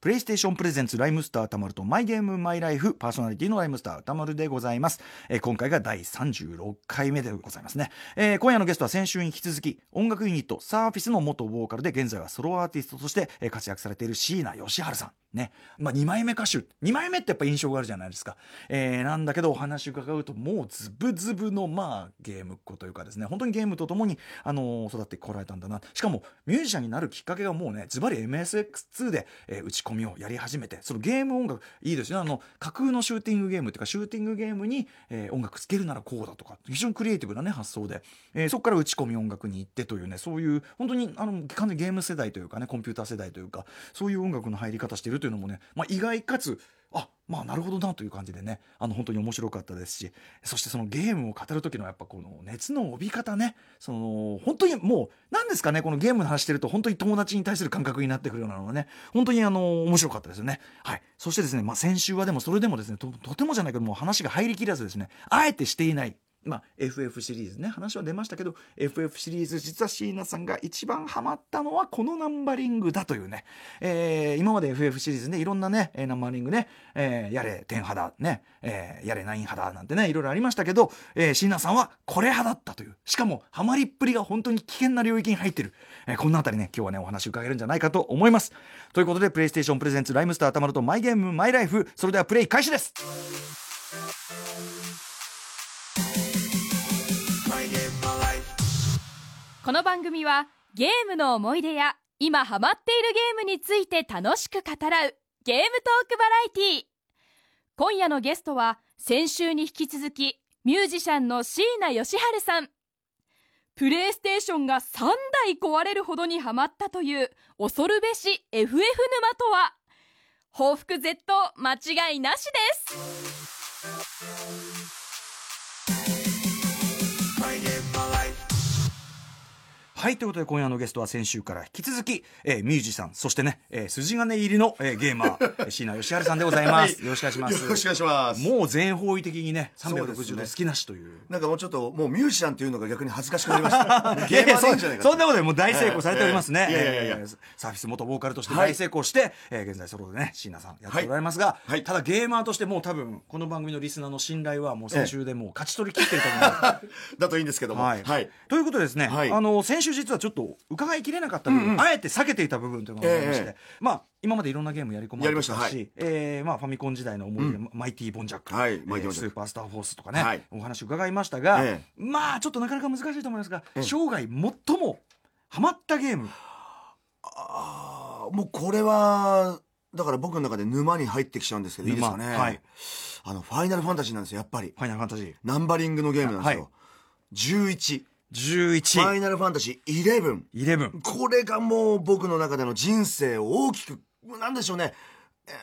プレイステーションプレゼンツライムスターたまるとマイゲームマイライフパーソナリティのライムスターたまるでございます、えー今回が第36回目でございますね、えー今夜のゲストは先週に引き続き音楽ユニットサーフィスの元ボーカルで現在はソロアーティストとして、えー活躍されている椎名義治さんね、まあ、2枚目歌手2枚目ってやっぱ印象があるじゃないですか、えーなんだけどお話伺うともうズブズブのまあゲームっ子というかですね本当にゲームとともに、あのー育ってこられたんだなしかもミュージシャンになるきっかけがもうねズバリ MSX2 で、えー打ち込みをやり始めてそのゲーム音楽いいですよねあの架空のシューティングゲームというかシューティングゲームに、えー音楽つけるならこうだとか非常にクリエイティブなね発想で、えーそこから打ち込み音楽に行ってというねそういう本当にあの完全にゲーム世代というかねコンピューター世代というかそういう音楽の入り方してるというのもね、まあ、意外かつあまあなるほどなという感じでねあの本当に面白かったですしそしてそのゲームを語る時のやっぱこの熱の帯び方ねその本当にもう何ですかねこのゲームの話してると本当に友達に対する感覚になってくるようなのはね本当にあの面白かったですよねはいそしてですね、まあ、先週はでもそれでもですねととてもじゃないけどもう話が入りきらずですねあえてしていないまあ、FF シリーズね話は出ましたけど FF シリーズ実は椎名さんが一番ハマったのはこのナンバリングだというね、えー今まで FF シリーズねいろんなねえーナンバリングね、えーやれ天派だね、えーやれナイン派だなんてねいろいろありましたけど、えー、椎名さんはこれ派だったというしかもハマりっぷりが本当に危険な領域に入ってる、えーこんなあたりね今日はねお話伺えるんじゃないかと思いますということでプレイステーションプレゼンツライムスターたまるとマイゲームマイライフそれではプレイ開始ですこの番組はゲームの思い出や今ハマっているゲームについて楽しく語らうゲームトークバラエティー今夜のゲストは先週に引き続きミュージシャンの椎名義治さんプレイステーションが3台壊れるほどにハマったという恐るべし FF 沼とは報復絶倒間違いなしですはいということで今夜のゲストは先週から引き続き、えーミュージシャンそしてね、えー筋金入りの、えーゲー マーえー椎名義治さんでございます、はいよろしくお願いしますよろしくお願いしますもう全方位的にねそうです360ね度好きなしというなんかもうちょっともうミュージシャンというのが逆に恥ずかしくな りましたゲーマーでいいんじゃないかそとんなことでもう大成功されておりますね、ええいやいやいやえーサーフィス元ボーカルとして大成功して、えー現在ソロでね椎名さんやっておられますが、はいはいただゲーマーとしてもう多分この番組のリスナーの信頼はもう先週でもう勝ち取りきってると思いますだといいんですけどもはいはいということでですね、はいあの先週実はちょっと伺いきれなかった部分、あえて避けていた部分というのがありまして、ええまあ今までいろんなゲームやり込まれてきたしやりましたはえーまあ、ファミコン時代の思い出、マイティボンジャック,、はえいーマイティボンジャッスクーパースターフォースとかね、はいお話伺いましたが、ええまあちょっとなかなか難しいと思いますが、生涯最もハマったゲームあーもうこれはだから僕の中で沼に入ってきちゃうんですけどいいですかね、沼はいあのファイナルファンタジーなんですよやっぱりファイナルファンタジーナンバリングのゲームなんですよ、はい11ファ1111イナルファンタジー11これがもう僕の中での人生を大きくなんでしょうね、えー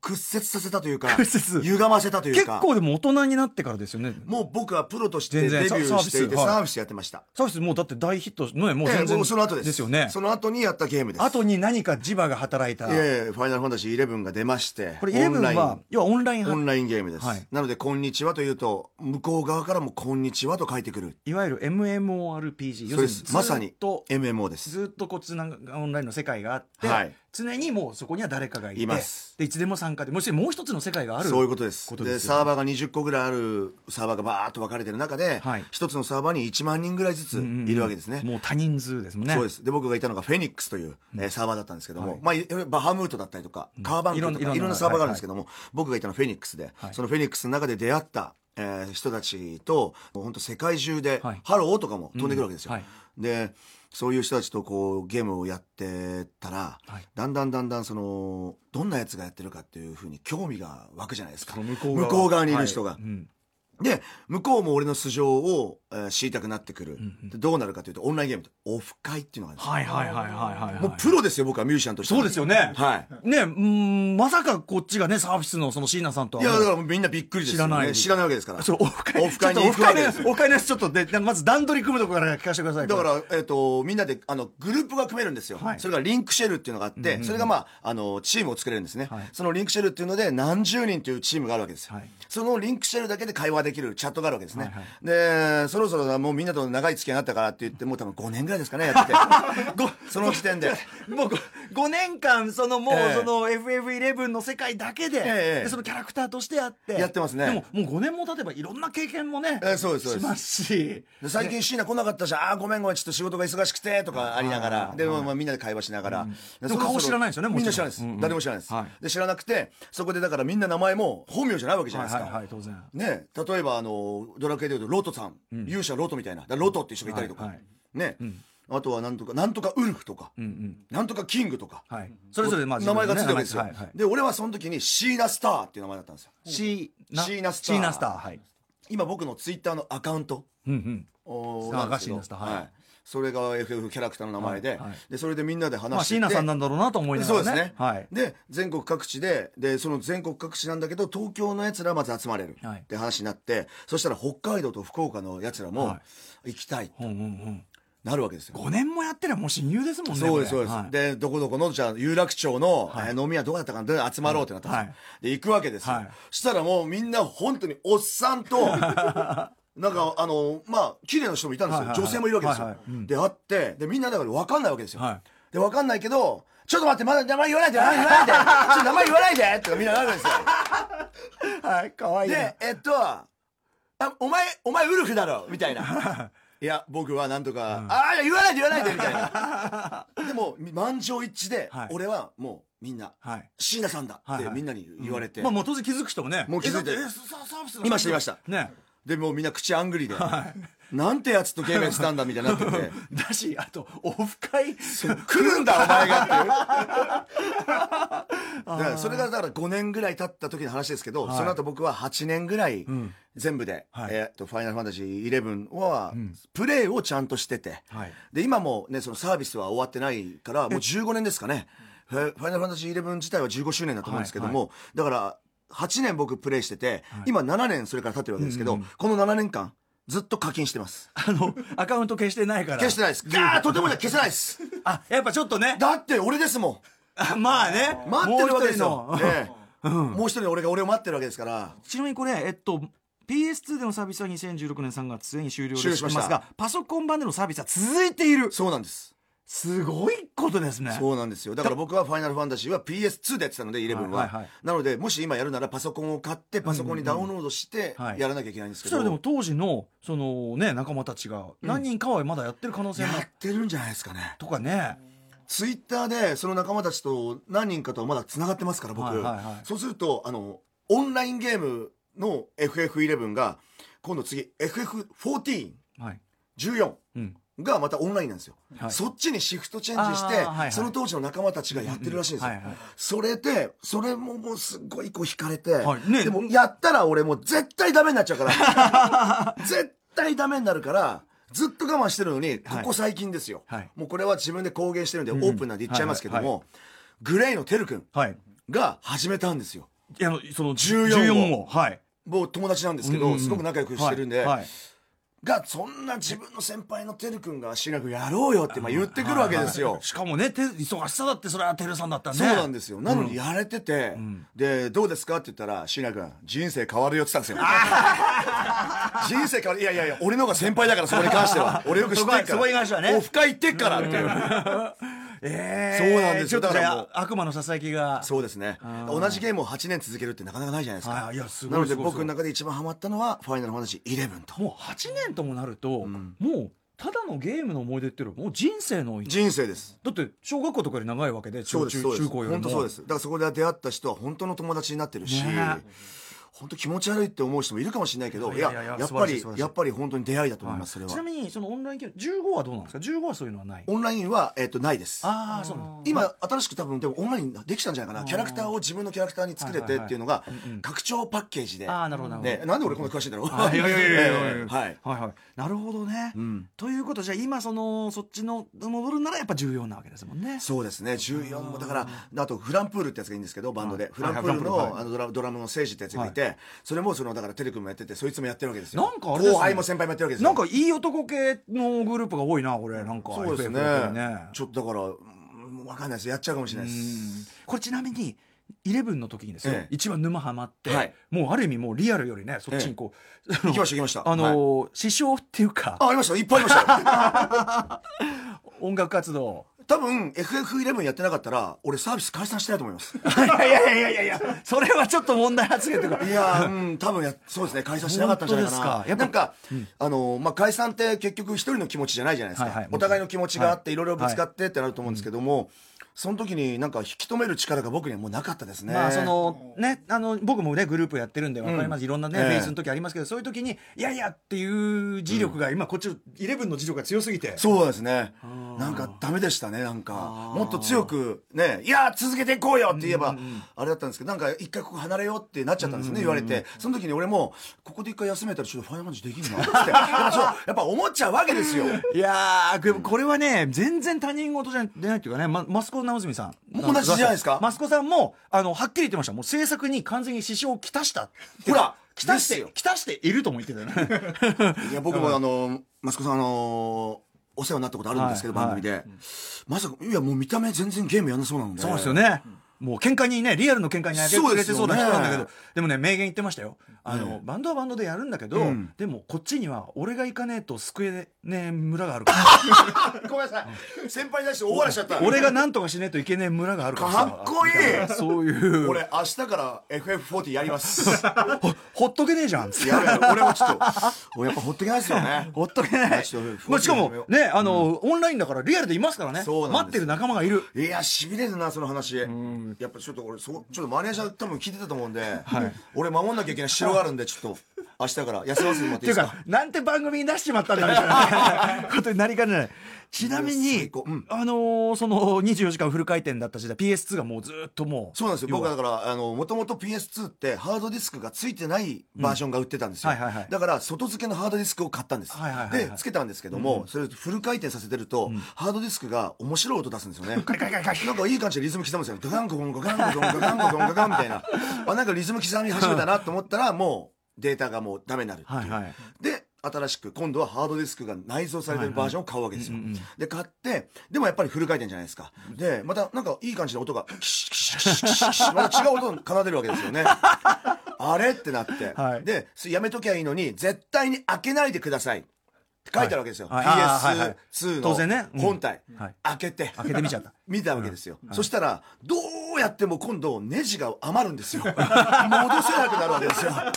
屈折させたというか屈折歪ませたという結か構でも大人になってからですよねもう僕はプロとしてデ全ビ然ューしてササーいてビスはいサービスやってました、サービスもうだって大ヒットのねもうええ全然、もうその後ですですよねその後にやったゲームです後に何か磁場が働いた、ええファイナルファンタジー11が出ましてこれオンライ11ンは要はオンラインオ派ンラインゲームです、はいなので「こんにちは」というと向こう側からも「こんにちは」と書いてくるいわゆる MMORPG そうですまさにと MMO ですずっとこうつながオンラインの世界があって、はい常にもうそこには誰かがいていますでいつでも参加でもしもう一つの世界があるそういうことですことですよねでサーバーが20個ぐらいあるサーバーがバーッと分かれてる中で、はい一つのサーバーに1万人ぐらいずついるわけですね、もう多人数ですもんねそうですで僕がいたのがフェニックスという、えーサーバーだったんですけども、まあい、バハムートだったりとかカーバンクとかいろんないいろんろなんなサーバーがあるんですけども、僕がいたのはフェニックスで、はいそのフェニックスの中で出会った、えー人たちともう本当世界中で、はいハローとかも飛んでくるわけですよ、うんはいでそういう人たちとこうゲームをやってたら、はいだんだんだんだんそのどんなやつがやってるかっていうふうに興味が湧くじゃないですかその向こう側にいる人が、はいうんで向こうも俺の素性を、えー知りたくなってくる、でどうなるかというとオンラインゲームってオフ会っていうのがあるんですよはいはいはいはいはいはいもうプロですよ僕はミュージシャンとしてそうですよねはいねうんまさかこっちがねサービスのその椎名さんとはいやだからもうみんなびっくりですよ、ね、知らない知らないわけですからそれオフ会オフ会にちょっと行くわけですオフ会のオフ会のやつちょっとでまず段取り組むとこから聞かせてくださいだから、えっとみんなであのグループが組めるんですよ、はいそれがリンクシェルっていうのがあって、それが、まあ、あのチームを作れるんですね、はいそのリンクシェルっていうので何十人というチームがあるわけですよ、はいそのリンクシェルだけで会話できるチャットがあるわけですね、はいはいでそろそろもうみんなと長い付き合いになったからって言ってもう多分5年ぐらいですかねやっ ててその時点でもう5年間そのもうええその FF11 の世界だけで,、ええでそのキャラクターとしてやってやってますねでももう5年も経てばいろんな経験もね、ええそうですそうしですますしで最近椎名来なかったじゃん、ああーごめんごめんちょっと仕事が忙しくてとかありながあらーでも、まあ、みんなで会話しながら、うんででもそろそろ顔知らないですよねもちろんみんな知らないです、うんうん誰も知らないです、はで知らなくてそこでだからみんな名前も本名じゃないわけじゃないですか、はいはいはい当然ね、例えばあのドラクエでいうとロトさん、ん勇者ロトみたいなだからロトっていう人がいたりとか、はいはいねうんあとはなんとかなんとかウルフとか、うんうんなんとかキングとか、はいそれぞれまあ名前がついてるわけですよ、はいはいで俺はその時にシーナスターっていう名前だったんですよシーナシーナスターシーナスターはい今僕のツイッターのアカウントうんうんおさあなんですけガシーどナスターはいそれが FF キャラクターの名前で、はいはいでそれでみんなでまあ話して椎て、名さんなんだろうなと思いながらねそうですね、はいで全国各地ででその全国各地なんだけど東京のやつらまず集まれるはいって話になって、そしたら北海道と福岡のやつらもは行きたいうんうんうんなるわけですよ、 5年もやってりゃもう親友ですもんねそうですこそうれです、はいでどこどこのじゃあ有楽町の、はいえー飲み屋どこだったかなで集まろうってなったんですよ、はいで行くわけですよ、はいしたらもうみんな本当におっさ んとなんかあのまあ綺麗な人もいたんですよ、はいはいはい女性もいるわけですよ、はいはいうんで会ってでみんなだから分かんないわけですよ、はで分かんないけどちょっと待ってまだ名前言わないで名前言わないでちょっと名前言わないでってみんななるんですよはいかわいいなでえっとあお前お前ウルフだろみた いないや僕はなんとか、ああ言わないで言わないでみたいな でも満場一致で、はい俺はもうみんなはい椎名さんだっはいてはいみんなに言われて、まあもう当然気づく人もねもう気づいてえだってえササービスいましたいましたねでもうみんな口あんぐりで、なんてやつとゲームやってたんだみたいになってて だしあとオフ会来るんだお前がっていう だからそれがだから5年ぐらい経った時の話ですけど、はいその後僕は8年ぐらい、ん全部で、はいえーっと「ファイナルファンタジー11」は、んプレイをちゃんとしてて、はいで今もねそのサービスは終わってないからもう15年ですかね「ファイファイナルファンタジー11」自体は15周年だと思うんですけども、だから8年僕プレイしてて、はい今7年それから経ってるわけですけど、うんうんこの7年間ずっと課金してます あのアカウント消してないから消してないです十分ああとてもじゃ消せないですあやっぱちょっとねだって俺ですもあまあねん待ってるわけで すもう一人のよええもう一人の俺が俺を待ってるわけですからちなみにこれえっと PS2 でのサービスは2016年3月末に終了して終了しまましすたがパソコン版でのサービスは続いているそうなんですすごいことですねそうなんですよだから僕は「ファイナルファンタジー」は PS2 でやってたのでは11は,、いはいはいなのでもし今やるならパソコンを買ってパソコンにダウンロードしてうんうんはいやらなきゃいけないんですそけしたど、らでも当時のそのね仲間たちが何人かはまだやってる可能性もやってるんじゃないですかねとかねツイッターでその仲間たちと何人かとはまだつながってますから僕、はいはいはいそうするとあのオンラインゲームの FF11 が今度次 FF1414 はいうんがまたオンラインなんですよ、はいそっちにシフトチェンジして、あーはいはいその当時の仲間たちがやってるらしいんですよ、はいはいそれでそれももうすっごいこう惹かれて、はいねでもやったら俺もう絶対ダメになっちゃうから 絶対ダメになるからずっと我慢してるのにここ最近ですよ、はいもうこれは自分で公言してるんで、オープンなんで言っちゃいますけども、はいはグレイのてるくんはいが始めたんですよいやあのその14 14をはいもう友達なんですけうんど、うんうんすごく仲良くしてるんで、はいはいがそんな自分の先輩のてるくんが「シナ君やろうよ」ってまあ言ってくるわけですよ、しかもね手忙しさだってそれはテルさんだったねそうなんですよなのにやれてて、んでどうですかって言ったら椎名君人生変わるよって言ったんですよ人生変わるいやいやいや俺の方が先輩だからそこに関しては俺よく知ってるからそこに関してはねオフ会行ってっからみたいな えそうなんですよちょっとだじからゃもうあ悪魔のささやきがそうですね同じゲームを8年続けるってなかなかないじゃないですはかいいやすごいなのですごいす僕ごいの中で一番ハマったのは「ファイナルファンタジー11」ともう8年ともなると、もうただのゲームの思い出っていうよりももう人生の一人生ですだって小学校とかより長いわけでそう中中ですそうです中高よりも本当そうですだからそこで出会った人は本当の友達になってるし、ねえ本当気持ち悪いって思う人もいるかもしれないけどいいややいやいやや素っ晴らぱしいり素晴らしいやっぱり本当に出会いだと思います、はいそちれなはみにそのオンラインゲーム15はどうなんですか15はそういうのはないオンラインは、えっとないですああそうなんだ今新しく多分でもオンラインできたんじゃないかなキャラクターを自分のキャラクターに作れてっていうのが拡張パッケージであーなるほどなるほどねなんで俺こんな詳しいんだろうあいやいやいやいやいやえー はいはいはいなるほどね、うんということはじゃあ今そのそっちの戻るならやっぱ重要なわけですもんねそうですね14もだからあとフランプールってやつがいいんですけどバンドでフランプールはいはいフランプールはいのあのドラドラムの聖司ってやつがいてそれもそのだからテレ君もやっててそいつもやってるわけですよなんかあれですね後輩も先輩もやってるわけですよなんかいい男系のグループが多いなこれなんかそうです FF だけどねねちょっとだからうんわかんないですやっちゃうかもしれないですこれちなみにイレブンの時にですよ、ええ一番沼ハマって、はいもうある意味もうリアルよりねそっちにこう、行きました行きましたあのはいー師匠っていうかあありましたいっぱいありましたよ音楽活動 多分 FF11 やってなかったら俺サービス解散してないと 思いますいやいやいやいやいやそれはちょっと問題発言というかいやーうん多分やそうですね解散してなかったんじゃないかな本当ですかやっぱなんか、あのーまあ、解散って結局一人の気持ちじゃないじゃないですか、はいはいお互いの気持ちがあっていろいろぶつかってってなると思うんですけども、その時になんか引き止める力が僕にはもうなかったですね、まあそのね、あの僕もねグループやってるんで分かります、いろんなね、ええフェーズの時ありますけどそういう時にいやいやっていう磁力が、今こっちのイレブンの磁力が強すぎてそうですねあーなんかダメでしたねなんかあーもっと強くねいや続けていこうよって言えばうんうんうんあれだったんですけどなんか一回ここ離れようってなっちゃったんですね言われてその時に俺もここで一回休めたらちょっとファイナルマンチできるなってやっぱそうやっぱ思っちゃうわけですよいやーでもこれはね全然他人事じゃ出ないっていうかね、ま、マスコ直澄さんもう同じじゃないですかマスコさんもあのはっきり言ってましたもう制作に完全に支障をきたしたほらきたしですてよきたしているとも言ってたよねいや僕もあのマスコさんあのお世話になったことあるんですけどはい番組でまさかいやもう見た目全然ゲームやんなそうなんでそうですよね、もう喧嘩にねリアルの喧嘩に投げくれてそうな人なんだけそどうですよでねもね名言言ってましたよあの、バンドはバンドでやるんだけど、うんでもこっちには俺が行かねえと救えねえ村があるか ごめんなさい先輩に対して大笑いしちゃったら俺がなんとかしねえといけねえ村があるからさかっこいいみたなそういう俺明日から FF40 やりますほほっとけねえじゃんつってやべやべ俺はちょっと俺やっぱほっとけないですよね ほっとけないちょっとまあしかもねあの、オンラインだからリアルでいますからねそうなん待っですてる仲間がいるいやしびれるなその話やっぱちょっと俺そうちょっとマネージャー多分聞いてたと思うんで、俺守んなきゃいけない城があるんでちょっと明日から休ませてもらっってていいいでうすかかなんて番組に出しちまったんだみたいなねことになりかね ないちなみいやに最高、うんあのーその24時間フル回転だった時代 PS2 がもうずっともうそうなんですよ僕はだかからあのもともと PS2 ってハードディスクが付いてないバージョンが売ってたんですよ、うんはいはいはいだから外付けのハードディスクを買ったんです、はいはいはいはいで付けたんですけども、それフル回転させてると、ハードディスクが面白い音出すんですよねなんかいい感じでリズム刻むんですよガガンゴゴンゴガンゴゴンゴガンゴゴンゴガンみたいなあなんかリズム刻み始めたなと思ったらもうデータがもうダメになるっていう、はいはいで新しく今度はハードディスクが内蔵されてるバージョンを買うわけですよ、はいはいうんうんで買ってでもやっぱりフル回転じゃないですかでまたなんかいい感じの音がキシキシキシキシキシまた違う音を奏でるわけですよねあれってなって、はいでそれやめときゃいいのに絶対に開けないでくださいって書いてあるわけですよ、はいはいあーはいはい PS2 当然ねうんの本体、はい開けて開けてみちゃった見たわけですよ、そしたらどうやっても今度ネジが余るんですよ戻せなくなるわけですよや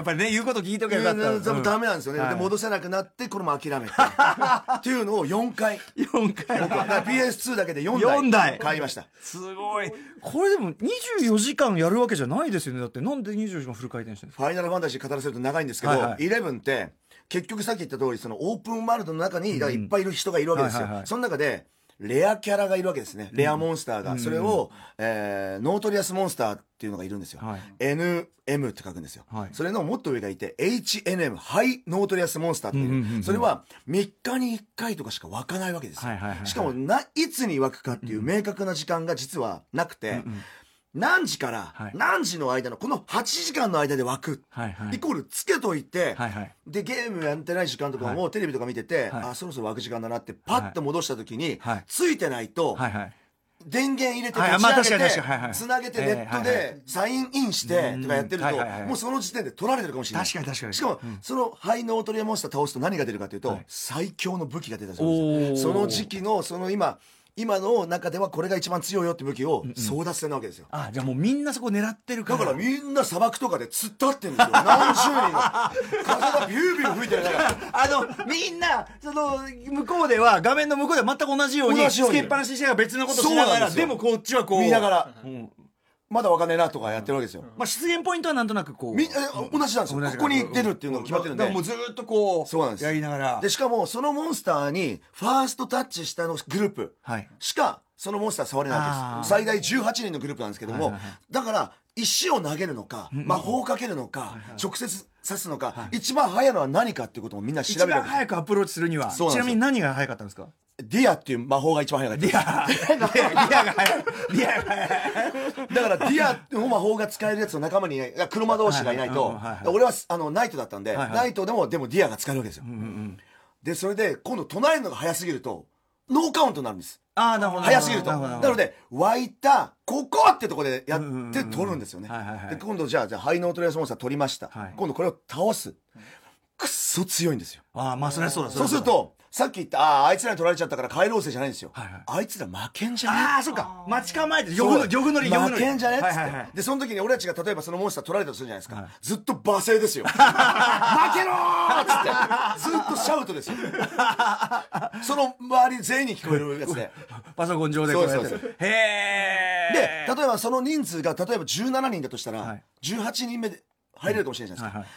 っぱりね言うこと聞いといけやばよかっいたや多分ダメなんですよね、はいで戻せなくなってこれも諦めてっていうのを4回4回僕はだから PS2 だけで四4台台買いましたすごいこれでも24時間やるわけじゃないですよねだってなんで24時間フル回転してるんですかファイナルファンタジー語らせると長いんですけど、はいはい11って結局さっき言った通りそのオープンワールドの中にだからいっぱいいる人がいるわけですはよ、いはいはいその中でレアキャラがいるわけですねレアモンスターが、それを、えーノートリアスモンスターっていうのがいるんですよ、はい NM って書くんですよ、はいそれのもっと上がいて HNM ハイノートリアスモンスターっていうう,、んうんうんうんそれは3日に1回とかしか湧かないわけですよ、はいはいはいはいしかもないつに湧くかっていう明確な時間が実はなくて、何時からはい何時の間のこの8時間の間で湧く、はいはイコールつけといて、はいはいでゲームやってない時間とかもテレビとか見てはて、いあそろそろ湧く時間だなってパッと戻した時に、はいついてないと、はいはい電源入れてはい立まあち上確げかにて確かにはいはいつなげてネットえーはいでサインインしてとかやってるうんはいはいはいともうその時点で取られてるかもしれない確かに確かにしかもそのハイノートリアモンスター倒すと何が出るかというはとい最強の武器が出たそうでおーすその時期のその今今の中ではこれが一番強いよって武器を争奪戦なわけですよあじゃあもうみんなそこ狙ってるかだらからみんな砂漠とかで突っ立ってるんですよ何十人が風がビュービュー吹いてる中 あの、みんな、その、向こうでは、画面の向こうでは全く同じように、同じよつうにけっぱなしにしてから別のことしながそうなんら、ですでよもこっちはこう。見ながらうんまだわかんねえなとかやってるわけですよまあ、出現ポイントはなんとなくこう。みんえ同じなんですよ同じここに出るっていうのが決まってるんだでからもうずーっとこう、そうなんですやりながら。でしかもそのモンスターにファーストタッチしたのグループはい。しかそのモンスター触れないわけですあ最大18人のグループなんですけども、はいはいはいだから石を投げるのか魔法をかけるのか、直接刺すのか、一番早いのは何かっていうこともみんな調一べる番わけです早くアプローチするには、ちそうなんでなすよみに何が早かったんですかディアっていう魔法が一番早かったリア、リアが早い。リアが早い。だからディアの魔法が使えるやつの仲間にいない車同士がいないはいとはいはいはいはい俺はあのナイトだったんはで、いはいナイトでもでもディアが使えるわけですよ、でそれで今度唱えるのが早すぎるとノーカウントになるんですああ、なるほど。早すぎると。なほどなの、で、湧いた、ここってとこでやって取るんですよねはいはいは。いで、今度じゃあ、じゃあ、肺ノートレアスモンスター取りましたはい。今度これを倒す。くっそ強いんですよ。ああ、まあ、それはそうだ、そうするれはと、さっき言った、ああ、あいつらに取られちゃったから帰ろうぜじゃないんですよ。はいはいあいつら負けんじそうゃだ。ねああ、そっか。待ち構えて、そよぐのうり、よぐのり、よぐの負り。けんじゃねっつはいっはいはいて。で、その時に俺たちが例えばそのモンスター取られたとするじゃないですはいか。ずっと罵 声ですよ。負けろーっつって。ずっとシャウ トですよ。その周り全員に聞こえるやつで。パソコン上でこうやってそうそうそる。へえ。で、例えばその人数が、例えば17人だとしたら、はい18人目で入れるかもしれないじゃないはいはですか。い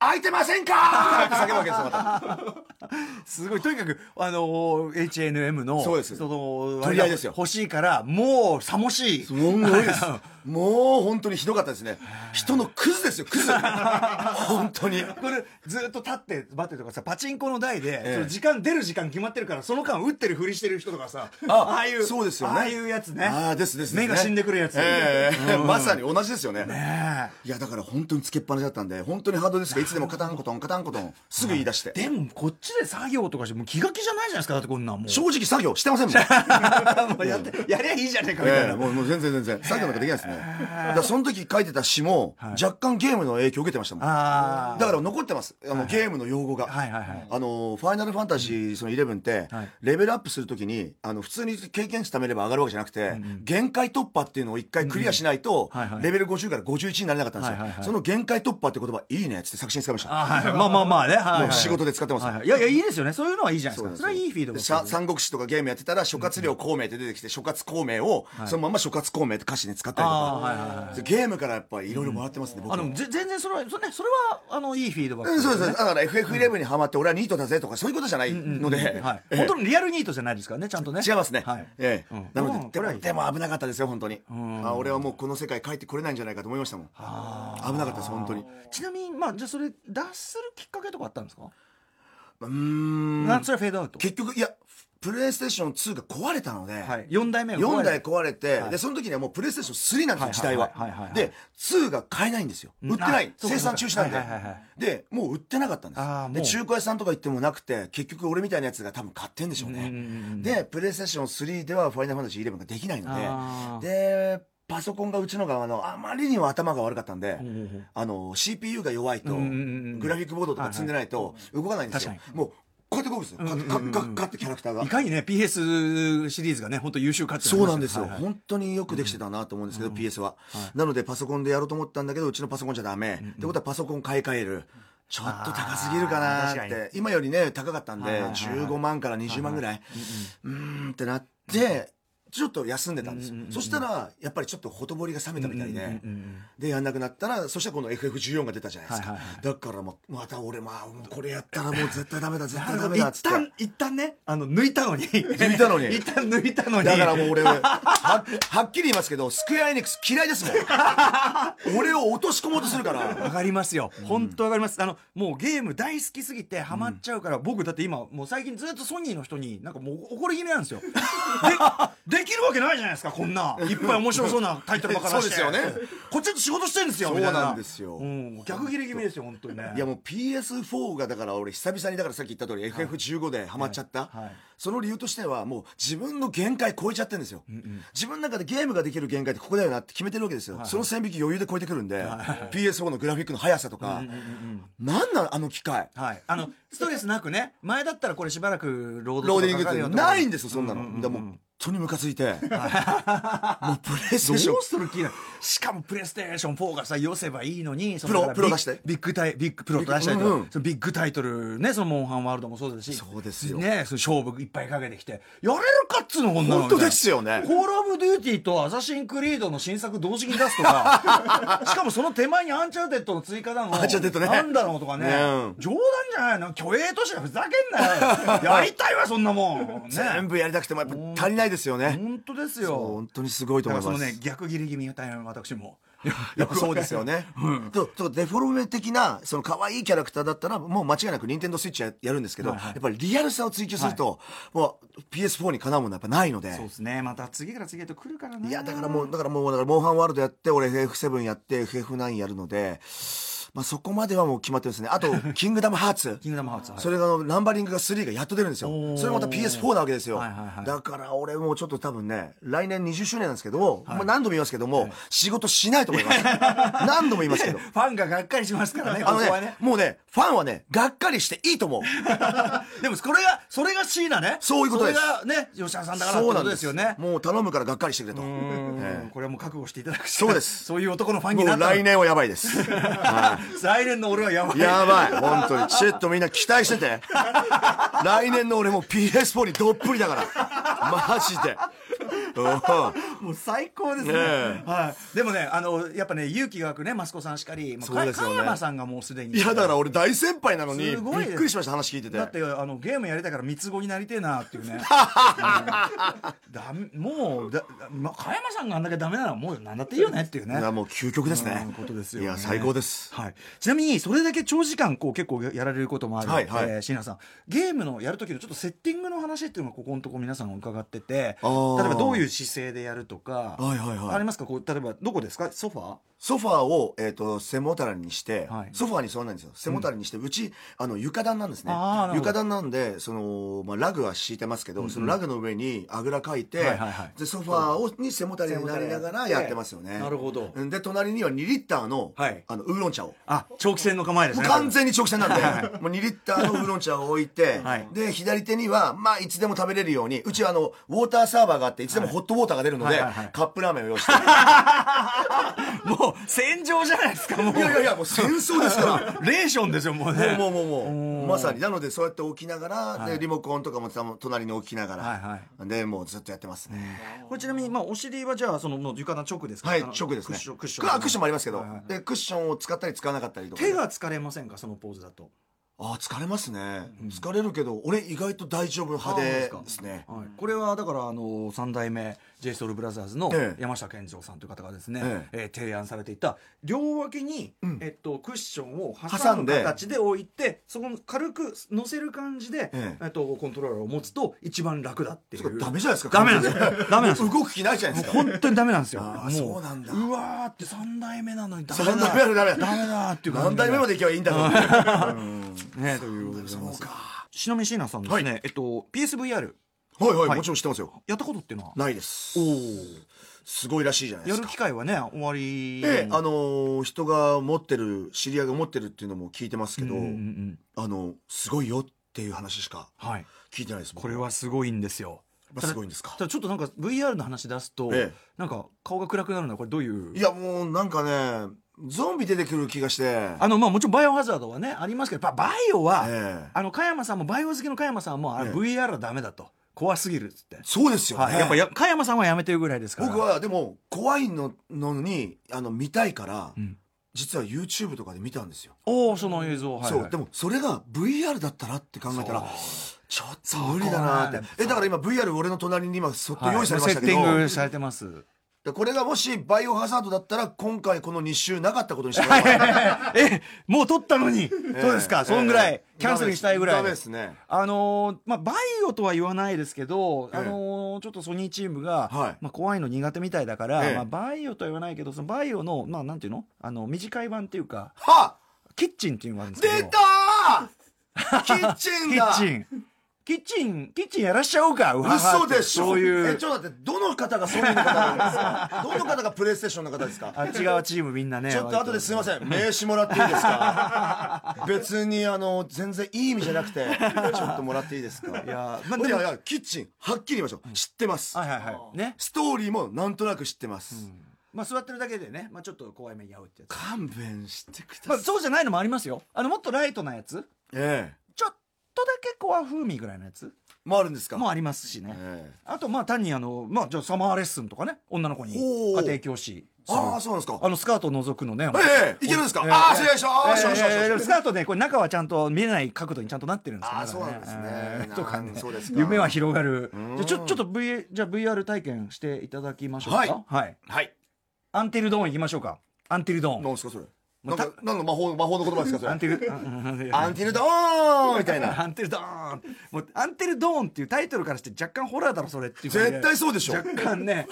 空いてませんかーって叫ぶわけですよ、また。すごいとにかくあのー HNM のそうですの取り合いですよ欲しいからもうさもしいすごいです。もう本当にひどかったですね。人のクズですよ、 クズ。本当に。これずっと立ってバッてとかさパチンコの台で、ええその時間出る時間決まってるからその間打ってるふりしてる人とかさああいうそうですよねああいうやつねああ、ですですですね目が死んでくるやつええまさに同じですよね。ねいや、だから本当につけっぱなしだったんで、本当にハードディ スクいつでもカタンコトン、カタンコトン、すぐ言い出してえ。 でもこっちで作業とかしてもう気が気じゃないじゃないですかだってこん なんもう正直作業してませんも ん。えもうやってやりゃいいじゃねえかみたいえな、もうもう全然全然。作業なんかできないで すね。だからその時書いてた詩も、はい若干ゲームの影響を受けてましたもん。ああだから残ってます。あの、ゲームの用語が。はいはいはいあのファイナルファンタジーその11って、はいレベルアップするときにあの普通に経験値貯めれば上がるわけじゃなくて、限界突破っていうのを一回クリアしないと、うんはいはいレベル50から51になれなかったんですよ、はいはいはいその限界突破って言葉いいねっつって作詞に使いましたあはいまあまあまあね、はいはいはいもう仕事で使ってますはいはいいやいやいいですよねそういうのはいいじゃないですかそそうれなはいんですよいフィードバでックさ三国志とかゲームやってたら諸葛亮孔明って出てきて諸葛孔明を、そのまま諸葛孔明って歌詞に使ったりとあーはいはいはか、でゲームからやっぱりいろいろもらってますね、僕あはのぜ全然それはそれ,、ね、それはあのいいフィードバックうんそうですそうですだから FF11 にハマって俺はニートだぜとかそういうことじゃないので、はいええ本当のリアルニートじゃないですからねちゃんとね違いますね、はいええうんなうのんででこれはもいいでも危なかったですよ本当に、んあ俺はもうこの世界帰ってこれないんじゃないかと思いましたもん危なかったです本当にちなみにまあじゃあそれ脱するきっかけとかあったんですか、うーなんんそれはフェードアウト結局いやプレイステーション2が壊れたので、はい、4代目が4台壊壊れて、はいでその時にはもうプレイステーション3なんですよ、はいはい時はいはいは代いははいで2が買えないんですようん売ってないあそうか生産中止なんで、はいはいはいはいでもう売ってなかったんであーすもうで中古屋さんとか行ってもなくて結局俺みたいなやつが多分買ってんでしょうね、うんうんうんうんでプレイステーション3では「ファイナルファンタジー11」ができないあのーででパソコンがうちの側のあまりにも頭が悪かったんで、ほうほうほうあの CPU が弱いと、うんうんうんうんグラフィックボードとか積んでないと動かないんですよ、確かもうこうやって動くんですよカッカッカッカッってキャラクターがいかにね PS シリーズがね本当優秀かってそうなんですよ、はいはい本当によくできてたなと思うんですけど、PS は、なのでパソコンでやろうと思ったんだけどうちのパソコンじゃダメ、ってことはパソコン買い替えるちょっと高すぎるかあなーー確って今よりね高かったんで、はいはいはいはい15万から20万ぐらい、うーんってなってちょっと休んでたんですうよ、んうんうんそしたらやっぱりちょっとほとぼりが冷めたみたいで、うんうんうんうんでやんなくなったらそしたらこの FF14 が出たじゃないですか、はいはいはいだからもうまた俺まあもうこれやったらもう絶対ダメだ絶対ダメだっ一つって旦一旦ねあの抜いたのに抜いたのに 一旦抜いたのにだからもう俺、ははっきり言いますけど、スクエアエニックス嫌いですもん。 俺を落とし込もうとするから。わかりますよ。本当わかります。あの、もうゲーム大好きすぎてハマっちゃうから、僕だって今、もう最近ずっとソニーの人に、なんかもう怒り気味なん ですよ。で、できるわけないじゃないですか、こんな。いっぱい面白そうなタイトルばっかり出して。そうですよね。こっちだって仕事してるんですよ、そうみたいな。なんですようん逆切れ気味ですよ、本当にね。いやもう PS4 がだから俺久々にだからさっき言った通り FF15 でハマっちゃった、はいはいその理由としてはもう自分の限界超えちゃってるんですよ、自分の中でゲームができる限界ってここだよなって決めてるわけですよ、その線引き余裕で超えてくるんで、PS4 のグラフィックの速さとか、なんなんあの機械はい。あの、ストレスなくね、前だったらこれしばらくロードローとデかィンかグっかるてようなところないんですよそんなの、だからもう本当にムカついて、もうプどレイステーションうする気なのしかもプレイステーション4がさ寄せばいいのにそのプロだからプロビッ出してビッグタイビッグプロと出したりとか、うんうんそのビッグタイトルねそのモンハンワールドもそうですしそうですよねその勝負いっぱいかけてきてやれるかっつうのこんなの本当ですよねみたいなコール・オブ・デューティーとアサシン・クリードの新作同時に出すと かしかもその手前にアンチャーテッドの追加だのアンチャーテッドねなんだろうとかねねうん冗談じゃないの虚栄都市がふざけんなよやりたいわそんなもんね 全部やりたくてもやっぱ足りないですよね。本当ですそうよ本当にすごいとだか思らいそまのす。ね逆ギリギリ大変私 もやっぱ そうですよね。ととデフォルメ的なその可愛いキャラクターだったらもう間違いなく任天堂スイッチややるんですけど、はいはいやっぱりリアルさを追求すると、もう PS4 にかなうものはやっぱないので。そうですねまた次から次へと来るからないやだからもうだからもうだからモンハンワールドやって俺 FF7 やって FF9 やるのでまあ、そこまではもう決まってるんですね あと「キングダムハーツ」キングダムハーツ、はいそれがあのナンバリングが3がやっと出るんですよおーそれまた PS4 なわけですよ、はいはいはいだから俺もうちょっと多分ね来年20周年なんですけど、まあ、何度も言いますけども、仕事しないと思います 何度も言いますけどファンががっかりしますからね、あこのこね はね。もうねファンはねがっかりしていいと思うでも、それが、それが椎名ね。そういうことですそれがね、吉田さんだからってことですよね。もう頼むからがっかりしてくれと、うんえこれはもう覚悟していただくしかそうで すそういう男のファえンにもなうったら来年はやばいですは 来年の俺はやばいいやばい本当にちょっとみんな期待してて来年の俺も PS4 にどっぷりだからマジでうんもう最高ですね、ねえはい、でもねあのやっぱね勇気が湧くね益子さんしかり、まあ、そうですよね加山さんがもうすでにいやだから俺大先輩なのにすごいねびっくりしました話聞いててだってあのゲームやりたいから三つ子になりてえなっていう ね、うんだもうだ、ま、加山さんがあんだけダメならもう何だっていいよねっていういねやもう究極ですねうんことですよ、ね、いや最高ですはい、ちなみにそれだけ長時間こう結構やられることもあるので、はいは椎名さんゲームのやる時のちょっとセッティングの話っていうのがここのとこ皆さん伺っててあー例えばどういう姿勢でやるとか、はいはいあはりいますかこう例えばどこですかソファソファーを、えー、と背もたれにして、はいソファーに座らないんですよ背もたれにして、うちあの床暖なんですねあーなるほど床暖なんでその、まあ、ラグは敷いてますけど、そのラグの上にあぐらかいて、はいはいはいでソファーをに背もたれになりながらやってますよねなるほどで隣には2リッターの,、はいあのウーロン茶をあ長期戦の構えでもう完全に直線なんで、もう2リッターのウーロン茶を置いて、はいで、左手には、まあ、いつでも食べれるように、うちはあの、ウォーターサーバーがあって、いつでもホットウォーターが出るので、はいはいはいカップラーメンを用意して。 もう戦場じゃないですかもういやいやいや、もう戦争ですかレーションですよもうら。ねもうもうもうもおーう、まさに。なので、そうやって置きながら、はいで、リモコンとかも多分隣に置きながら、はいはで、もうずっとやってますね。これちなみに、まあ、お尻はじゃあそのもう床の直ですかはいあ、の直ですね。クッションクッシあョンクッションもありますけど、はいはいで、クッションを使ったり使わなかったりとかで。手が疲れませんかそのポーズだと、あー疲れますね、疲れるけど、俺意外と大丈夫派であーですね。はい、これはだからあの3代目 j s o u l b r o t h e r s のええ山下健三さんという方がですね、ええー提案されていた両脇に、んえっと、クッションを挟挟んむで形で置いてそこの軽く乗せる感じで、えええっと、コントローラーを持つと一番楽だっていそうう。ダメじゃないですかダメなんですよ完全ダにメなんですよ動く気ないじゃなもういですか本当にダメなんですよ。あーもそうなんだうわーって三代目なのにダメだ。三代目なのにダメダメだっていう感じ何代目まで行けばいいんだろうねねということでございそまうす。かちなみに椎名さんですね、えっと PSVR はいはい、はいもちろん知ってますよやったことっていうのはないですおすごいらしいじゃないでやするか機会はね終わり。で、あのー人が持ってる知り合いが持ってるっていうのも聞いてますけど、うんうんうんあのすごいよっていう話しかはい。聞いてないです僕これはすごいんですよ。やっぱすごいんですかただちょっとなんか VR の話出すと、ええなんか顔が暗くなるのはこれどういういやもうなんかねゾンビ出てくる気がしてあのまあもちろんバイオハザードはねありますけどやっぱバイオは、ええあの加山さんもバイオ好きの加山さんもあれええ VR はダメだと怖すぎるっつって、そうですよね、はい、やっぱや加山さんはやめてるぐらいですから僕はでも怖いののにあの見たいから、うん実は YouTube とかで見たんですよおおその映像はい、はい、そうでもそれが VR だったらって考えたらちょっと無理だなーそうなってんえだから今 VR 俺の隣に今そっとはい用意されましたけど、もうセッティングされてますでこれがもしバイオハザードだったら今回この2週なかったことにしてもら えばえもう撮ったのに、そうですか、ええそんぐらい、ええキャンセルにしたいぐらいダメですねあのーまあ、バイオとは言わないですけど、ええあのーちょっとソニーチームが、はいまあ、怖いの苦手みたいだから、ええまあ、バイオとは言わないけどそのバイオの、まあ、なんていうのあの短い版っていうかはキッチンっていうのがあるんですけど出た ーキッチンキだッチンキッチンキッチンやらしちゃおうかうわはは嘘でしょそういえうちょっと待ってどの方がソニーの方なんですかどの方がプレイステーションの方ですかあっち側チームみんなねちょっと後ですいまんせん名刺もらっていいですか 別にあの全然いい意味じゃなくてちょっともらっていいですかいいやーまあでまあ、もいやいやキッチンはっきり言いましょう知ってます、はいはいはいね、ストーリーもなんとなく知ってます、うんまあ、座ってるだけでね、まあ、ちょっと怖い目に遭うってやつ勘弁してくださまい、あ、そうじゃないのもありますよあのもっとライトなやつええちょっとだけコア風味ぐらいのやつもあるんですかもありますしね、えあとまあ単にあの、まあ、じゃあサマーレッスンとかね女の子におー家庭教師えああそうなんですかあのスカートを覗くのねええいけるんですか、ええああ失礼しましえたーよしよしよしよしスカートねこれ中はちゃんと見えない角度にちゃんとなってるんですあよあそうなんですね、えーとかねなんそうですか夢は広がるうんじゃあちょちょっと、v、じゃあ VR 体験していただきましょうかはいはい、はいアンティルドーンいきましょうかアンティルドーンなんですかそれまなんか、なんの魔法、魔法の言葉ですか、そアンれ。ティル、 アアンティルドーンみた いな。ンテルドーンもうアンテルドーンっていうタイトルからして若干ホラーだろそれっていう感じで絶対そうでしょ。若干 ね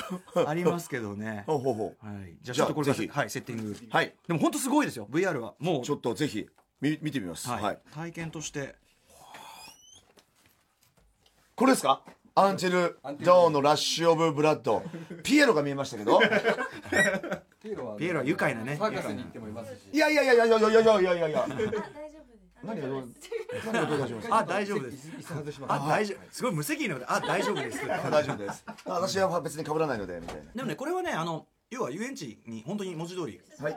ありますけどねほうほうほう。はいじゃあちょっとこれじゃあぜひはいセッティングはい。でも本当すごいですよ VR はもうちょっとぜひ、み見てみます。はいはい。体験としてこれですかアンチェル・ドーンのラッシュ・オブ・ブラ ッド。ピエロが見えましたけど。ピエロはピエロは愉快なねサーカスに行ってもいますしいやいやいやいやいやいやいやいやいやいや。大丈夫です。何がどう、何がどう大丈夫ですかあ大丈夫です椅子外しますあ大丈夫すごい無責任なのであ大丈夫ですあ大丈夫です。あ私は別に被らないので、みたいな。でもねこれはねあの要は遊園地に本当に文字通りはい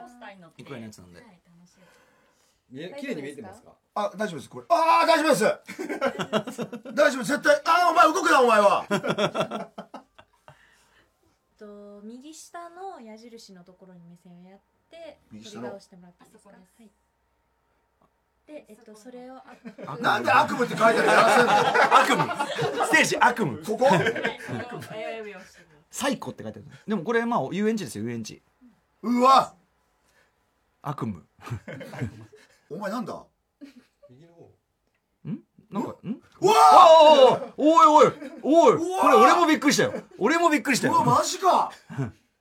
いくらのやつなんではい楽しい見え綺麗に見えてますかあ、大丈夫です、これ。ああ、大丈夫です 大丈夫、絶対。ああ、お前動くな、お前はと右下の矢印のところに目線をやって右取下りの直してもらっていいですか。はい。で、えっとそれをあなんで悪夢って書いてあるやらせんの悪夢ステージ悪夢ここサイコって書いてあるでもこれまあ遊園地ですよ遊園地うわ悪夢お前なんだわ右の方なんかんああおいおいおいわこれ俺もびっくりしたよ俺もびっくりしたうわ、よマジか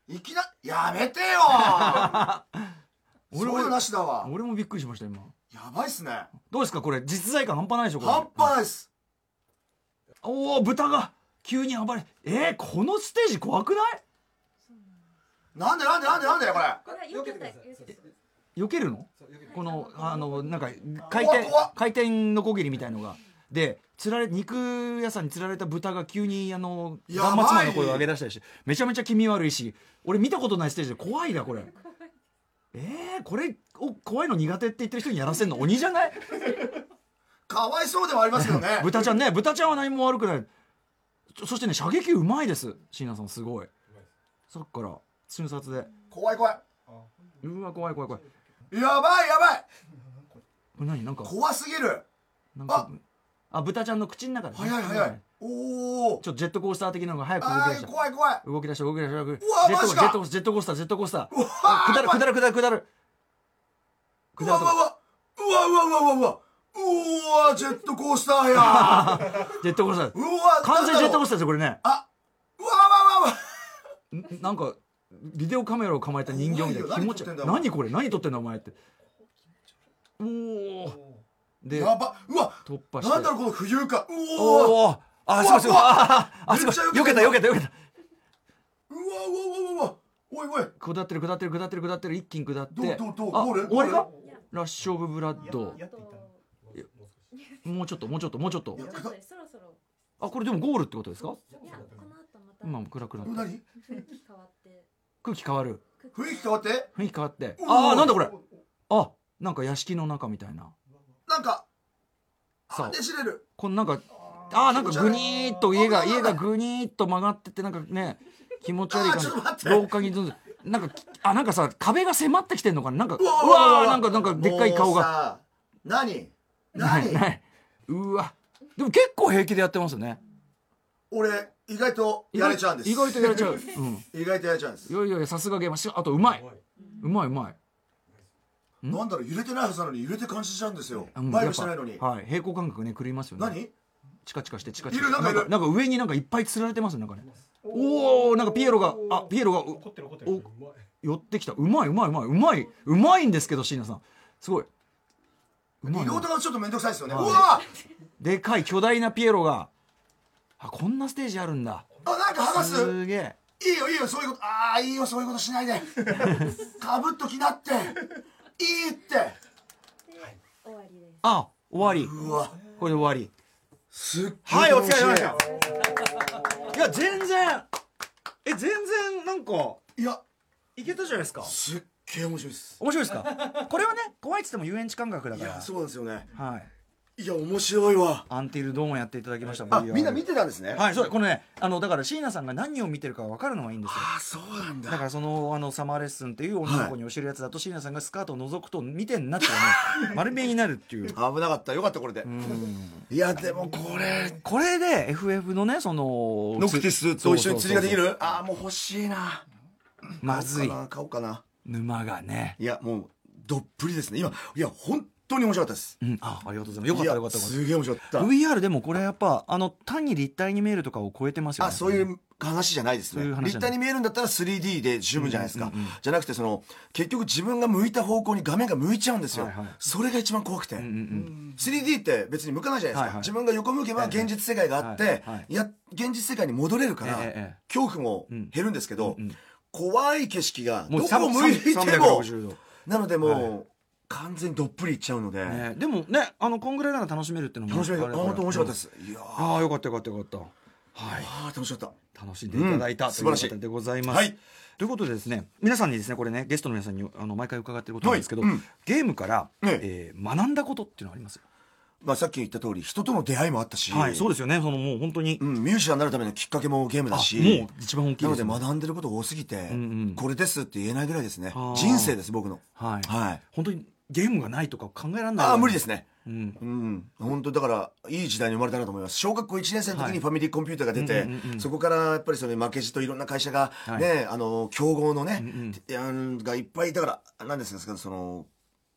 いきな、やめてよ俺俺はなしだわ。俺もびっくりしました今やばいっすね。どうですかこれ実在感半端ないでしょこれ半端ないっす。おお豚が急に暴れえー、このステージ怖くないなんでなんでなんでなんでこれ。 これは避けて避けて避けるのそうよくこのあのなんか回転怖っ回転のこぎりみたいのがで釣られ肉屋さんに釣られた豚が急にあのやばい断末魔の声を上げ出したりしてめちゃめちゃ気味悪いし俺見たことないステージで怖いな これえー、これお怖いの苦手って言ってる人にやらせんの鬼じゃないかわいそうではありますけどね。 豚ちゃんね豚ちゃんは何も悪くないそそしてね射撃うまいです椎名さんすごいさっきから瞬殺で怖い怖い。うわ怖い怖い怖いこやばいやばい。れ何なんか怖すぎる。なんかあ豚ちゃんの口の中でね、早い早い。おおち。ょっとジェットコースター的なのが早く動きあ出しあ、た怖い怖い。動き出した動き出した動き出うわしたマジジェッかトコースタージェットコースタージェットコースターうわあ下るー下る下る下る下うるわうわうわうわうわうわうわうわジェットコースターやうわジェットコースター完完全ジェットコーーススターですよこれねあうわうわうわうわんなんかビデオカメラを構えた人形みたいな怖気いよ持ち何撮ってんだよ何これ何撮ってんだお前っておおでやばうわ突破してなんだろうこの浮遊感うわうわおおあすごいすごいうわあーあすごいめ避っちけゃ避けた避けたた避けたうわうわうわうわおいおい下ってる下ってる下ってる下ってる一気に下ってどうどうどうあどれ終わりかいやラッシュ・オブ・ブラッドちょっともうちょっともうちょっともうちょっとちょっとそろそろあこれでもゴールってことですかいやこの後また今も暗くなっうたわ何雰囲気変わって空気変わる雰囲気変わって雰囲気変わっておーああなんだこれあなんか屋敷の中みたいななんかそうあねじれるこのなんかあーなんかぐにーっと家が気持ち悪い家がぐにーっと曲がってってなんかね気持ち悪いあーちょっと感待じって廊下にずんずんなんかきあなんかさ壁が迫ってきてんのかななんかううわーなんかなんかでっかい顔がが何な何いないうわでも結構平気でやってますよね俺意外と意や外れちゃうんです意外とやれちゃうう意外とやれちゃうんですんいやいやいやさすがゲームしあとうまいんうまいうまいんなんだろう揺れてないはずなのに揺れて感じちゃうんですよあもうバイやブっしてぱないのにはい平行感覚ね狂いますよね何チカチカしてチカチいカるなんかいるなんかなんか上になんかいっぱい釣られてますねなんかねおおなんかピエロがあピエロがうってる怒ってる寄ってきたうまいうまいうまいうまいうまいんですけど椎名さんすごいうまいリローなドがちょっと面倒くさいですよね。はいうわでかい巨大なピエロがあこんなステージあるんだあ、なんか剥がすすげえいいよいいよ、そういうこと。ああ、いいよ、そういうことしないで。 かぶっときなって。いいって。で終わりです。あ終わりうわ。これで終わりすっごはいお疲れ面白様いでしたいや全然え全然なんかいや、いけたじゃないですかすっげえ面白いです。面白いですか これはね怖いっつっても遊園地感覚だいかや、らそうなんですよね。はいいや、面白いわ。アンティルドーンをやっていただきましたあ、 VR みんな見てたんですね。はい、そうこのねあのだから椎名さんが何を見てるか分かるのはいいんですよああ、そうなんだかだ。らそのあのサマーレッスンっていう女の子に教えるやつだと椎名さんがスカートを覗くと見てんなって思う丸見えになるっていう危なかった。よかった、これで。いや、でもこれ、これで FF のねそのノクティスと一緒に釣りができそうそうるああ、もう欲しいな。そうまずい買おうかな買おうかな。沼がねいや、もう、どっぷりですね今いや本当に面白かったですうん、あありがとうございますよかったよかったよかいやっすげえ面白かったた VR でもこれやっぱあの単に立体に見えるとかを超えてますよねあそういう話じゃないですそういねう話じゃ立ない体に見えるんだったら 3D で十分じゃないですか、うんうんうんじゃなくてその結局自分が向いた方向に画面が向いちゃうんですよ、はいはいそれが一番怖くて、うんうんうん、 3D って別に向かないじゃないですか、はいはい自分が横向けば現実世界があって、はいいはいはいや現実世界に戻れるから、ええええ恐怖も減るんですけど、うんうん怖い景色がどもうこ向いても360度なのでもう、は完全にどっぷりいっちゃうので、ね、でもねあのこんぐらいなら楽しめるっていうのも楽しみああれ本当面白かったでうんす、いやーああよかったよかったよかったはいあー楽しかっ楽しんでいただいた、うんというこ素晴とらしいでございたます、はいということでですね皆さんにですねこれねゲストの皆さんにあの毎回伺っていることなんですけど、はいうんゲームから、ええー学んだことっていうのはありますまあ、さっき言った通り人との出会いもあったし、はいそうですよねそのもう本当に、うん、ミュージシャンになるためのきっかけもゲームあだしもう一番大きいなでのすでよね学んでること多すぎて、うんうんこれですって言えないぐらいですねあー人生です僕のはい、はい本当にゲームがないとか考えられない、ああ無理ですすねうん、うん本当だからいい時代に生まれたなと思います小学校1年生の時はいにファミリーコンピューターが出て、うんうんうんそこからやっぱりその負けじといろんな会社がはいね、あの競合のねうんうん、てあのがいっぱいだからなんですかその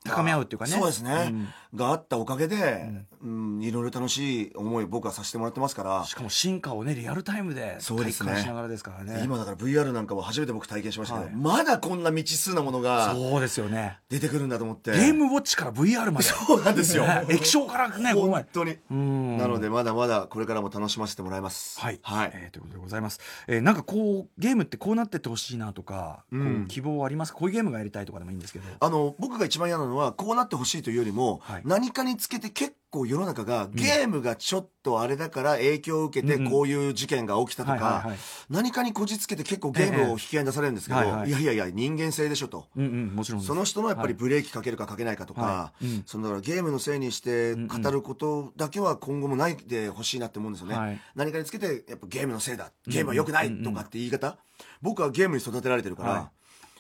高め合うっていうかねそうですね、があったおかげで、うん、いろいろ楽しい思い僕はさせてもらってますからしかも進化をねリアルタイムでそうで体すね感しながらですからね今だから VR なんかは初めて僕体験しましたけど、はいまだこんな未知数なものがそうですよね出てくるんだと思ってゲームウォッチから VR までそうなんですよ ね液晶からねこの前本当にうんなのでまだまだこれからも楽しませてもらいますはい、はいえーということでございます、えーなんかこうゲームってこうなってってほしいなとか、うんこう希望はありますかこういうゲームがやりたいとかでもいいんですけどあの僕が一番嫌なのはこうなってほしいというよりも、はい何かにつけて結構世の中がゲームがちょっとあれだから影響を受けてうんうんこういう事件が起きたとはいはいかはい何かにこじつけて結構ゲームを引き合いに出されるんですけど、ええはいはいいやいやいや人間性でしょとうんうんもちろんですその人のやっぱりブレーキかけるかかけないかとか、はいうんそのだからゲームのせいにしてうんうん語ることだけは今後もないでほしいなって思うんですよね、はい何かにつけてやっぱゲームのせいだゲームは良くないとかって言い方、僕はゲームに育てられてるから、はい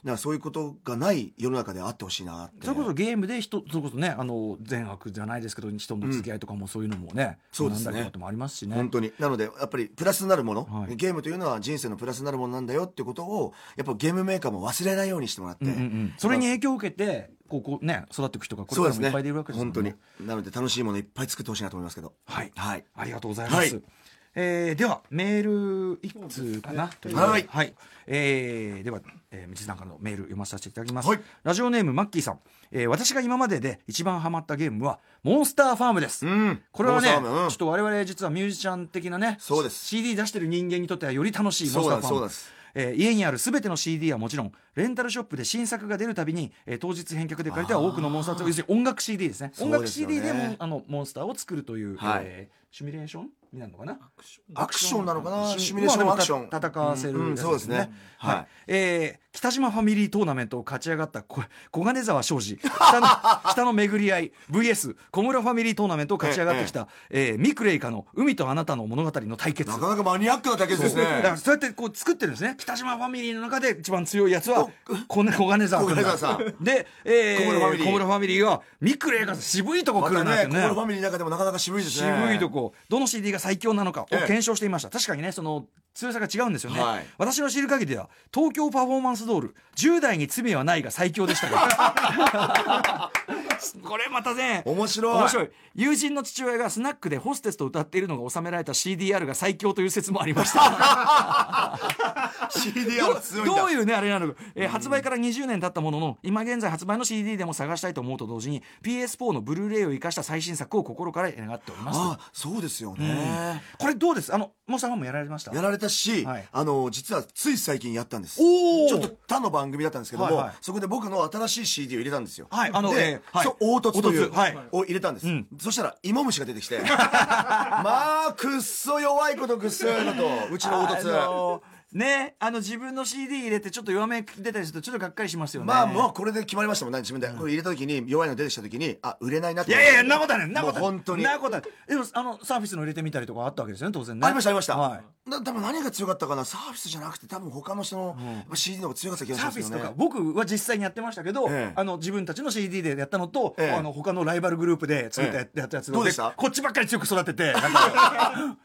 なんかそういうことがない世の中であってほしいなってそれこそゲームで人それこそねあの善悪じゃないですけど人の付き合いとかもそういうのもね、そうですね学んだりとかもありますしね本当になのでやっぱりプラスになるもの、はいゲームというのは人生のプラスになるものなんだよってことをやっぱゲームメーカーも忘れないようにしてもらって、うんうんうんそれに影響を受けてこうこうね育っていく人がこれそうからですもいねっぱいでいるわけですもん本ね当になので楽しいものいっぱい作ってほしいなと思いますけどはいはいありがとうございます。はいえーではメール一通かなということではいはいえーでは、えー、道なんかのメール読ませていただきます、はいラジオネームマッキーさん、えー私が今までで一番ハマったゲームはモンスターファームです、んこれはね、モンスターファームうんちょっと我々実はミュージシャン的なねそうです CD 出してる人間にとってはより楽しいモンスターファそーうムなんですえー家にある全ての CD はもちろんレンタルショップで新作が出るたびに、えー当日返却で借りては多くのモンスターを要するに音楽 CD ですねそう音楽ですよ CD ねでもあのモンスターを作るという、はいえーシミュレーションになるのかなアクションなのかなシミュレーまあショでンもアクションた戦わせるうんうやんつそうですねはい、はいえー北島ファミリートーナメントを勝ち上がったこ小金沢庄司北 の北の巡り合い VS 小室ファミリートーナメントを勝ち上がってきた、えーミクレイカの海とあなたの物語の対決なかなかマニアックな対決ですねだからそうやってこう作ってるんですね北島ファミリーの中で一番強いやつは小小金沢君だ小金沢さで、えー、小室ファミリー小室ファミリーはミクレイが渋いとこま来るたなってね、ねコールファミリーの中でもなかなか渋いですね。渋いとこどの CD が最強なのかをええ検証していました、確かにねその強さが違うんですよね、はい私の知る限りでは東京パフォーマンスドール10代に罪はないが最強で したがこれまたね面白い。面白い友人の父親がスナックでホステスと歌っているのが収められた CDR が最強という説もありました CDR 強いんどうだ。いうねあれなのか、えー発売から20年経ったものの今現在発売の CD でも探したいと思うと同時に PS4 のブルーレイを生かした最新作を心から願っておりますあ、そうですようんね。これどうですあのモンスターファンもやられましたやられたしはい、あの、実はつい最近やったんです。おーちょっと他の番組だったんですけどはいもはい、そこで僕の新しい CD を入れたんですよ。はいあのえでーはいそう凹凸とい凹う凸はいを入れたんですうん。そしたら、芋虫が出てき て、まあ、くっそ弱いことくっそ弱いこと、うちの凹あ凸。のーねあの自分の CD 入れてちょっと弱め出たりするとちょっとがっかりしますよねまあ、もうこれで決まりましたもんね、自分で。これ入れた時に、弱いの出てきた時に、あ、売れないなって。いやいやいやんなことはないんなことはないもう本当にんなことはないでもあのサーフィスの入れてみたりとかあったわけですよね当然ねありましたありました、はいだ多分何が強かったかなサービスじゃなくて多分他の人の、んやっぱ CD の方が強かった気がしサーまフすィよスねとか僕は実際にやってましたけど、ええあの自分たちの CD でやったのと、ええあの他のライバルグループで作ったや,、ええやったやつどうでしたこっちばっかり強く育てて なんか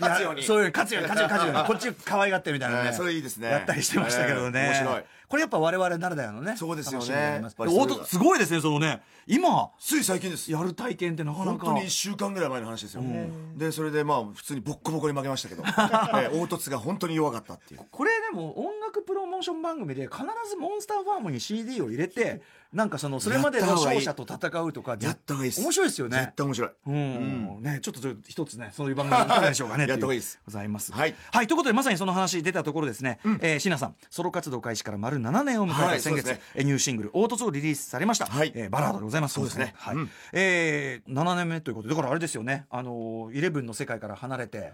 勝つように いやそういう勝つように勝つように勝つようにこっち可愛がってみたいなね、ええそれいいですねやったりしてましたけどね、ええ面白いここれやっぱ我々ならではのねそうですよ楽ねしみになりますやっぱりそれがおっとすごいですねそのね今つい最近ですやる体験ってなかな本か当に1週間ぐらい前の話ですよ、うんでそれでまあ普通にボッコボコに負けましたけど、 えー凹凸が本当に弱かったっていうこれでも音楽プロモーション番組で必ずモンスターファームに CD を入れてなんかそのそれまでの勝者と戦うとかやった方がいいです面白いですよ絶ね対面白いうん、ね、ちょっとちょっと一つね、そういう番組いかがでしょうか ね。やった方がいいっでてうす。ございます。はい。はい、ということで、まさにその話出たところですね。えー椎名さん、ソロ活動開始から丸7年を迎えはたい先そう月ですね、えーニューシングル凹凸をリリースされました。はいえーバラードでございます。そうですねはいうん。えー7年目ということで、だからあれですよね。あのー、イレブンの世界から離れて。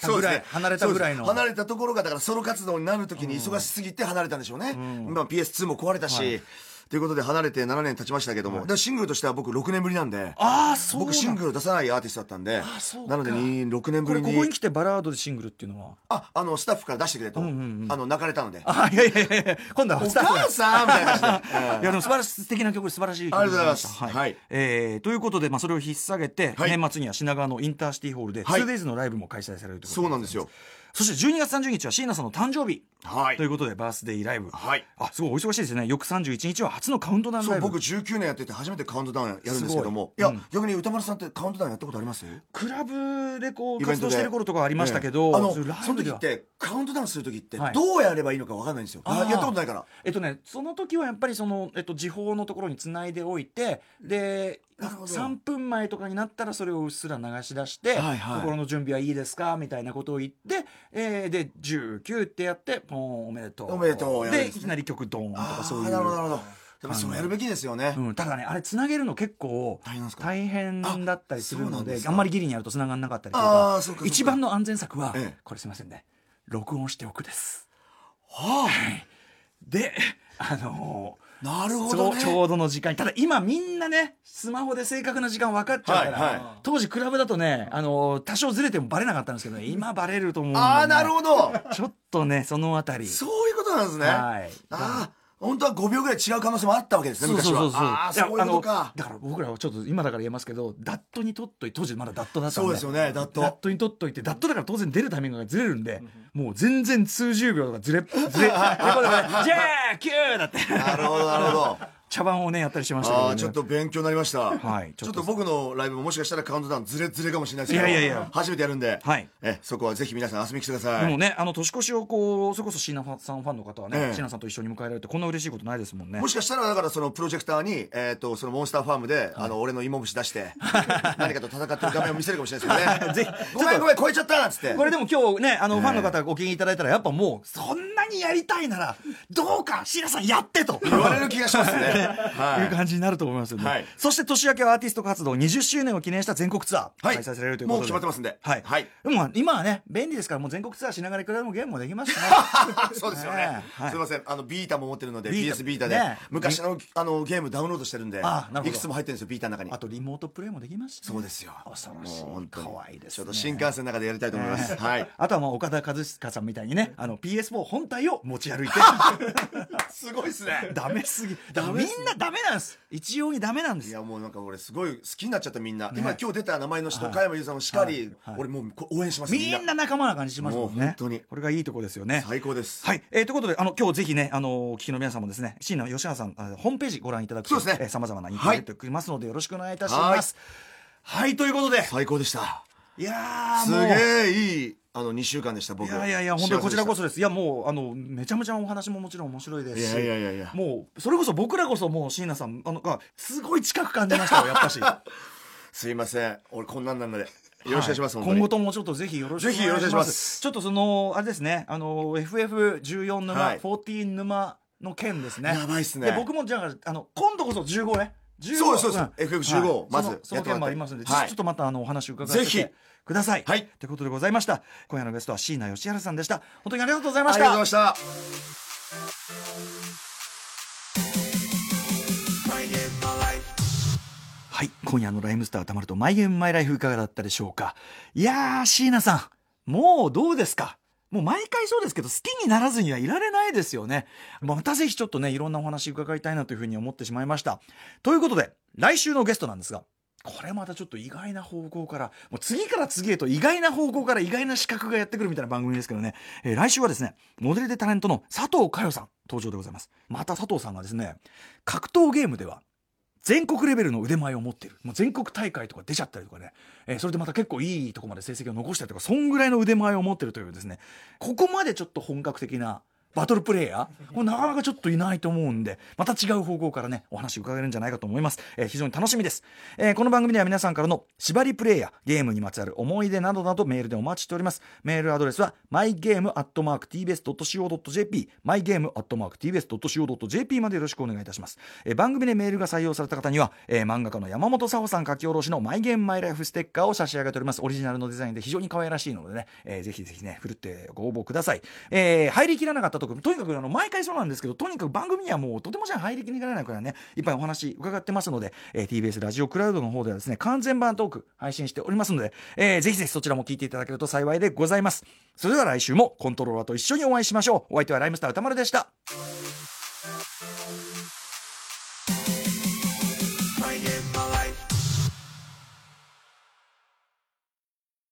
そうぐですらねい、離れたぐらいの。そうです離れたところがだからソロ活動になるときに忙しすぎて離れたんでしょうね、んまあ、PS2 も壊れたし、はいということで離れて7年経ちましたけども、だからシングルとしては僕6年ぶりなんでああ、そうなんだ。僕シングル出さないアーティストだったんでそうかなのでに6年こぶれ、りにここに来てバラードでシングルっていうのは。ああのスタッフから出してくれと、うんうんうんあの泣かれたのであ、いやいやいやいや、今度はおスタッフが母さんみたいな感じ で、いやでも素晴らしい素敵な曲素晴らしい曲ありがとうございますでしたはい、はいえーということで、まあ、それを引っ提げて、はい年末には品川のインターシティホールではい 2days のライブも開催されるということそうなんですよそして12月30日は椎名さんの誕生日はいということで、バースデーライブはいあすごいお忙しいですね翌31日は初のカウントダウンそライうブ僕19年やってて初めてカウントダウンやるんですけどもすごいいや、うん逆に歌丸さんってカウントダウンやったことありますクラブでこうイベン活ト動しでてる頃とかありましたけど、ええあのライブではその時ってカウントダウンする時ってはいどうやればいいのか分かんないんですよ、あーやったことないからえっとね、その時はやっぱりその、えっと、時報のところにつないでおいてでなるほど3分前とかになったらそれをうっすら流し出して、はいはい心の準備はいいですかみたいなことを言って、えーで19ってやってポーンおめでとうおめでとうやるんででいすねきなり曲ドーンとあかあそういうなるほどなるほどやっぱそうやるべきですよね、うん、ただねあれつなげるの結構大変なんですか大変だったりするあそうなのんでですあかんまりギリにやるとつながんなかったりとあかーそうかそうか一番の安全策は、ええこれすいませんね録音しておくですはであのーあなるほちどょねちょうどの時間にただ今みんなねスマホで正確な時間分かっちゃうから、はいは当時クラブだとねあの多少ずれてもバレなかったんですけどね今バレると思うんでね、ああなるほほどどちょっとねそのあたりそういうことなんですね、はいああ本当は5秒ぐらい違う可能性もあったわけですねそう昔そうはそうそうああいやそういうことあかのだから僕らはちょっと今だから言えますけどダットに取っといて当時まだダットだったんでそうですよねダットダットに取っといてダットだから当然出るタイミングがずれるんで、もう全然数十秒とかずれず れずれじゃあキューだってなるほどなるほど茶番をねやったりしてましたけど、あね、あちょっと勉強になりました、はいちちょょっっとと僕のライブももしかしたらカウントダウンずれずれかもしれないですけどいやいやいや初めてやるんで、はいえそこはぜひ皆さん遊びに来てくださでいもね、あの年越しをこう、それこそ椎名さんファンの方はえね、え椎名さんと一緒に迎えられるって、こんな嬉しいことないですもんねも。しかしたらだからそのプロジェクターに、えー、とそのモンスターファームで、あの俺の芋虫出して 何かと戦ってる画面を見せるかもしれないですけどね ぜひごめんごめん超えちゃったなんつってこれでも今日ね、あの、ファンの方がお聞きいただいたら、やっぱもう、そんなにやりたいなら、どうか椎名さんやってと。 言われる気が しますね、はいいう感じになると思いますよね、はいそして年明けはアーティスト活動20周年を記念した全国ツアーは開い催されるということで、もう決まってますんではい、はいでもまあ今はね便利ですからもう全国ツアーしながらいくらでもゲームもできますし ねあそうですよねね、はいすみませんあのビータも持ってるのでビータ PS ビータで、ね昔のあのゲームダウンロードしてるんであなるほどいくつも入ってるんですよビータの中にあとリモートプレイもできますしね、そうですよ恐ろしいもう本当に可愛いですねちょっと新幹線の中でやりたいと思います、はいあとはまあ岡田和親さんみたいにねあの PS4 本体を持ち歩い てすごいですねダメすぎ。だからみんなダメなんです。一様にダメなんでいす。やもうなんか俺すごい好きになっちゃったみんな、今今日出た名前の人、加山優さんもしかり、はいはい俺もうこ応援しますみんな仲間な感じしますもんね。もう本当にこれがいいとこですよね。最高です、はい、えー、ということで、あの、今日ぜひね、あの、お聞きの皆さんもですね、椎名吉原さん、あホームページご覧いただくと、そうですねえー、様々なインターネットくりますので、よろしくお願いいたします。はい、ということで、最高でしたいやー、すもうげえいいあの2週間でしたい僕やいやいや、本当にこちらこそそです。いや、もう、あの、めちゃめちゃお話ももちろん面白いですし、いやいやいやいやもう、それこそ僕らこそもう椎名さん、あの、が、すごい近く感じましたよ、やっぱし。すいません俺こんなんなんでよろしくお願いします、は本い当に今後ともちょっとぜひよろしくお願いしぜひよまろすしくお願いしますちょっとそのあれですねあの FF14 沼、はい14沼の件ですねやばいっすねで僕もじゃああの今度こそ15ね15そうですそうです FF15 はいまずそのそのやってもらって件もありますので、はいちょっとまたあのお話を伺わせぜひてくださいはいということでございました今夜のゲストは椎名義原さんでした本当にありがとうございあましりがとうございたましたはい今夜のライムスターたまるとマイゲームマイライフいかがだったでしょうかいやー椎名さんもうどうですかもう毎回そうですけど好きにならずにはいられないですよねまたぜひちょっとねいろんなお話伺いたいなというふうに思ってしまいましたということで来週のゲストなんですがこれまたちょっと意外な方向からもう次から次へと意外な方向から意外な資格がやってくるみたいな番組ですけどね、えー来週はですねモデルでタレントの佐藤佳代さん登場でございますまた佐藤さんがですね格闘ゲームでは全国レベルの腕前を持ってるもう全国大会とか出ちゃったりとかね、えーそれでまた結構いいとこまで成績を残したりとかそんぐらいの腕前を持ってるというですねここまでちょっと本格的なバトルプレイヤーこれなかなかちょっといないと思うんでまた違う方向からねお話伺えるんじゃないかと思います、えー非常に楽しみです、えーこの番組では皆さんからの縛りプレイヤーゲームにまつわる思い出などなどメールでお待ちしておりますメールアドレスは mygame.tbs.co.jp mygame.tbs.co.jp までよろしくお願いいたします、えー番組でメールが採用された方には、えー漫画家の山本佐穂さん書き下ろしのマイゲームマイライフステッカーを差し上げておりますオリジナルのデザインで非常に可愛らしいのでね、えーぜひぜひねふるってご応募ください、えー入りきらなかったとことにかくあの毎回そうなんですけどとにかく番組にはもうとてもじゃ入りきらないからいねいっぱいお話伺ってますので、えー TBS ラジオクラウドの方ではですね完全版トーク配信しておりますので、えーぜひぜひそちらも聞いていただけると幸いでございますそれでは来週もコントローラーと一緒にお会いしましょうお相手はライムスター歌丸でした